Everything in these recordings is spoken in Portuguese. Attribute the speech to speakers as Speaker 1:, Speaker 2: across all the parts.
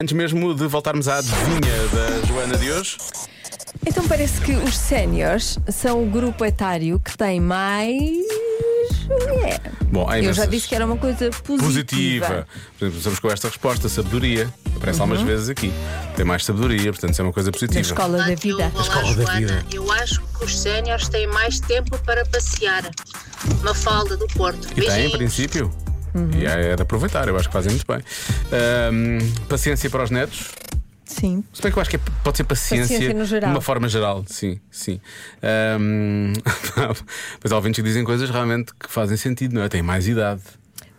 Speaker 1: Antes mesmo de voltarmos à adivinha da Joana de hoje,
Speaker 2: Então parece que os séniores são o grupo etário que tem mais mulher.
Speaker 1: Bom, há
Speaker 2: Eu já
Speaker 1: imensas-
Speaker 2: disse que era uma coisa
Speaker 1: positiva.
Speaker 2: positiva. Uhum.
Speaker 1: Por exemplo, começamos com esta resposta, sabedoria. Aparece algumas vezes aqui. Tem mais sabedoria, portanto, isso é uma coisa
Speaker 2: Da
Speaker 1: positiva.
Speaker 2: escola da vida.
Speaker 3: Olá, Joana. Eu acho que os séniores têm mais tempo para passear. Mafalda do Porto.
Speaker 1: E tem, em
Speaker 3: Beijinhos.
Speaker 1: princípio.
Speaker 2: Uhum.
Speaker 1: E é de aproveitar, eu acho que fazem muito bem. Ahm, paciência para os netos.
Speaker 2: Sim.
Speaker 1: Se bem que eu acho que é- pode ser paciência,
Speaker 2: Paciência no geral.
Speaker 1: de uma forma geral, sim, sim. Ahm, mas há ouvintes que dizem coisas realmente que fazem sentido, não é? Tem mais idade.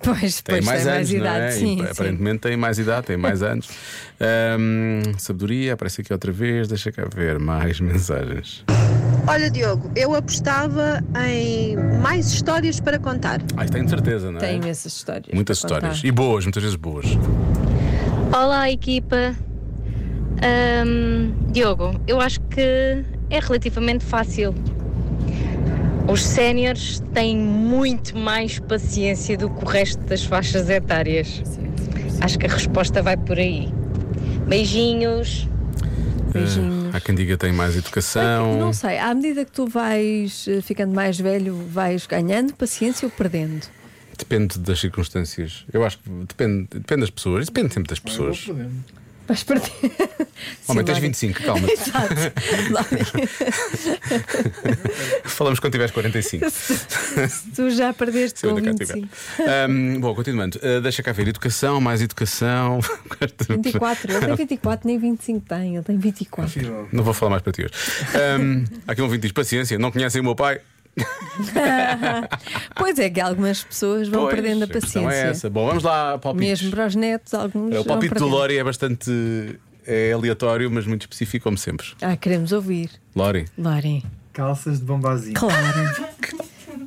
Speaker 2: Pois,
Speaker 1: Tem
Speaker 2: pois
Speaker 1: mais
Speaker 2: tem
Speaker 1: anos,
Speaker 2: mais
Speaker 1: não
Speaker 2: idade.
Speaker 1: é? E
Speaker 2: Sim,
Speaker 1: ap-
Speaker 2: sim.
Speaker 1: aparentemente tem mais idade, tem mais anos. Ahm, sabedoria, aparece aqui outra vez, deixa cá ver mais mensagens.
Speaker 4: Olha, Diogo, eu apostava em mais histórias para contar.
Speaker 1: Ah, isto tenho certeza, não é?
Speaker 2: Tem imensas histórias.
Speaker 1: Muitas
Speaker 2: para contar.
Speaker 1: histórias. E boas, muitas vezes boas.
Speaker 5: Olá, equipa. Ahm, Diogo, eu acho que é relativamente fácil. Os séniores têm muito mais paciência do que o resto das faixas etárias. Acho que a resposta vai por aí. Beijinhos.
Speaker 2: Beijinhos.
Speaker 1: Ah, há quem diga tem mais educação.
Speaker 2: Não sei, à medida que tu vais eh, ficando mais velho, vais ganhando paciência ou perdendo?
Speaker 1: Depende das circunstâncias. Eu acho que depende, depende das pessoas. Depende sempre das pessoas.
Speaker 2: Vais perder.
Speaker 1: Homem, tens
Speaker 2: Sim,
Speaker 1: 25, calma.
Speaker 2: Lória. Exato. Lória,
Speaker 1: Falamos quando tiveres 45.
Speaker 2: se tu já perdeste
Speaker 1: Se eu
Speaker 2: com
Speaker 1: ainda cá tiver.
Speaker 2: 25.
Speaker 1: Ahm, bom, continuando. Ah, deixa cá ver. Educação, mais educação.
Speaker 2: 24, ele tem 24, nem 25 tem, ele tem 24.
Speaker 1: Não vou falar mais para ti hoje. Ahm, há aqui um ouvinte que diz: paciência, não conhecem o meu pai?
Speaker 2: Pois é, que algumas pessoas vão
Speaker 1: Pois,
Speaker 2: perdendo a
Speaker 1: questão
Speaker 2: paciência.
Speaker 1: É essa. Bom, vamos lá, palpites.
Speaker 2: Mesmo para os netos, alguns.
Speaker 1: É, o
Speaker 2: vão
Speaker 1: palpite do
Speaker 2: perdendo.
Speaker 1: Lori é bastante é aleatório, mas muito específico, como sempre.
Speaker 2: Ah, queremos ouvir.
Speaker 1: Lori,
Speaker 2: Lori.
Speaker 6: Calças de bombazinho.
Speaker 2: Claro.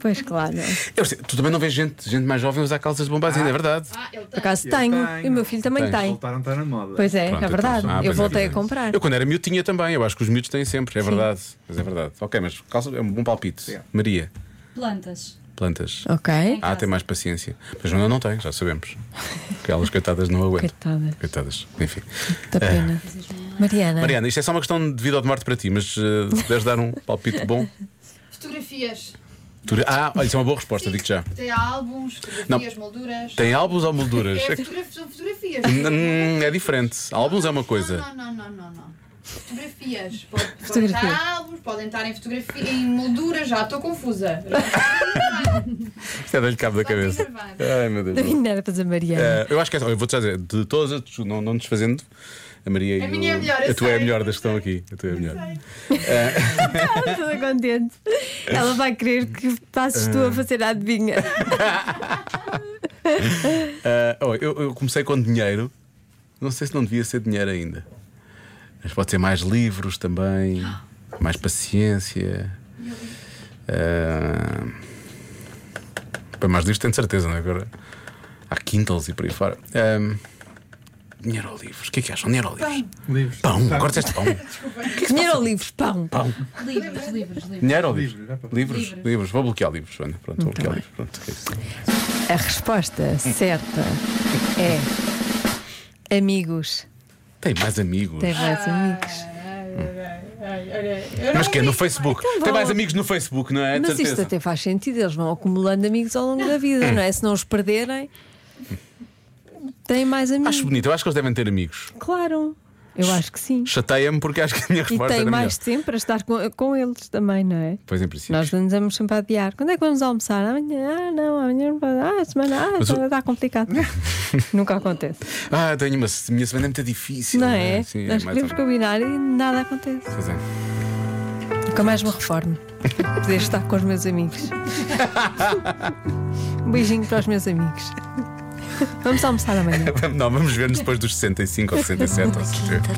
Speaker 2: pois claro.
Speaker 1: eu sei, tu também não vês gente, gente mais jovem usar calças de bombazinho,
Speaker 2: Ah,
Speaker 1: é verdade.
Speaker 2: Por acaso
Speaker 6: Eu
Speaker 2: tenho.
Speaker 6: tenho.
Speaker 2: E o meu filho
Speaker 1: Tens.
Speaker 2: também tem.
Speaker 6: Voltaram a estar na moda.
Speaker 2: Pois é,
Speaker 1: Pronto,
Speaker 2: é verdade.
Speaker 1: então, ah,
Speaker 2: eu
Speaker 1: pois é
Speaker 2: voltei a
Speaker 1: verdade.
Speaker 2: comprar.
Speaker 1: Eu quando era miúdo tinha também, eu acho que os miúdos têm sempre, é verdade. Mas é verdade. Ok, mas calças é um bom palpite.
Speaker 6: Obrigado.
Speaker 1: Maria,
Speaker 7: Plantas.
Speaker 1: plantas.
Speaker 2: Ok.
Speaker 1: Ah, tem mais paciência. Mas Joana não tem, já sabemos. Aquelas coitadas não aguentam.
Speaker 2: Coitadas.
Speaker 1: Coitadas. Enfim.
Speaker 2: Da pena. Mariana.
Speaker 1: Ah. Mariana, isto é só uma questão de vida ou de morte para ti, mas eh, se puderes dar um palpite bom.
Speaker 7: Fotografias.
Speaker 1: Tu- Ah, olha, isso é uma boa resposta, digo já.
Speaker 7: Tem álbuns, fotografias, molduras.
Speaker 1: Tem álbuns ou molduras?
Speaker 7: É,
Speaker 1: É, que-
Speaker 7: fotogra- são fotografias.
Speaker 1: Hum, é diferente. Álbuns é uma coisa.
Speaker 7: Não, não, não, não, não. Fotografias. Pode, pode
Speaker 2: Fotografias.
Speaker 7: estar álbuns, podem estar em fotografia, em molduras, já estou confusa.
Speaker 1: Isto é dar-lhe cabo da cabeça. Ai, meu
Speaker 2: Da
Speaker 1: Deus.
Speaker 2: minha era para dizer Mariana.
Speaker 1: Eh, eu acho que é só- eu vou-te já dizer, de todas, as- não, não desfazendo, a Maria e
Speaker 7: A minha
Speaker 1: o-
Speaker 7: é melhor, eu
Speaker 1: A tua é a
Speaker 7: sei.
Speaker 1: melhor das que estão aqui. A tua é a melhor. Ah.
Speaker 2: Estou contente. Ela vai querer que passes tu a fazer a adivinha.
Speaker 1: Ah, oh, eu, eu comecei com dinheiro. Não sei se não devia ser dinheiro ainda. Mas pode ser mais livros também, mais paciência. Ah, Para mais livros tenho certeza, não é? Agora há Kindles e por aí fora. Ah, Dinheiro ou livros? O que é que acham? Dinheiro ou livros?
Speaker 6: Livros.
Speaker 1: Pão, agora disseste pão.
Speaker 2: Dinheiro ou livros? Pão.
Speaker 7: Livros, livros, livros.
Speaker 1: Dinheiro ou livros?
Speaker 6: Livros, é pá.
Speaker 1: Livros, livros. Vou bloquear livros, Joana. Pronto, vou bloquear livros. Pronto, é isso.
Speaker 2: A resposta certa é amigos.
Speaker 1: Tem mais amigos.
Speaker 2: Tem mais amigos.
Speaker 1: Mas que é no Facebook. Tem mais amigos no Facebook, não é? De
Speaker 2: Mas isto
Speaker 1: certeza.
Speaker 2: até faz sentido, eles vão acumulando amigos ao longo da vida, não é? Se não os perderem, têm mais amigos.
Speaker 1: Acho bonito, eu acho que eles devem ter amigos.
Speaker 2: Claro, eu acho que sim.
Speaker 1: Chateia-me porque acho que a minha
Speaker 2: E
Speaker 1: resposta
Speaker 2: tem
Speaker 1: era
Speaker 2: mais
Speaker 1: melhor.
Speaker 2: tempo para estar com, com eles também, não é?
Speaker 1: Pois em princípio.
Speaker 2: Nós andamos sempre a adiar. Quando é que vamos almoçar? Amanhã? Ah, não, amanhã não pode. Ah, semana. Ah,
Speaker 1: Mas o-
Speaker 2: está complicado. Nunca acontece.
Speaker 1: Ah, tenho uma a minha semana é muito difícil.
Speaker 2: Não
Speaker 1: não
Speaker 2: é?
Speaker 1: Sim,
Speaker 2: Nós
Speaker 1: é mais ou
Speaker 2: podemos
Speaker 1: menos.
Speaker 2: combinar e nada acontece.
Speaker 1: Pois é.
Speaker 2: Nunca mais me reformo. Poder estar com os meus amigos. Um beijinho para os meus amigos. Vamos almoçar amanhã.
Speaker 1: é. Não, vamos ver-nos depois dos 65 ou 67 ou 70.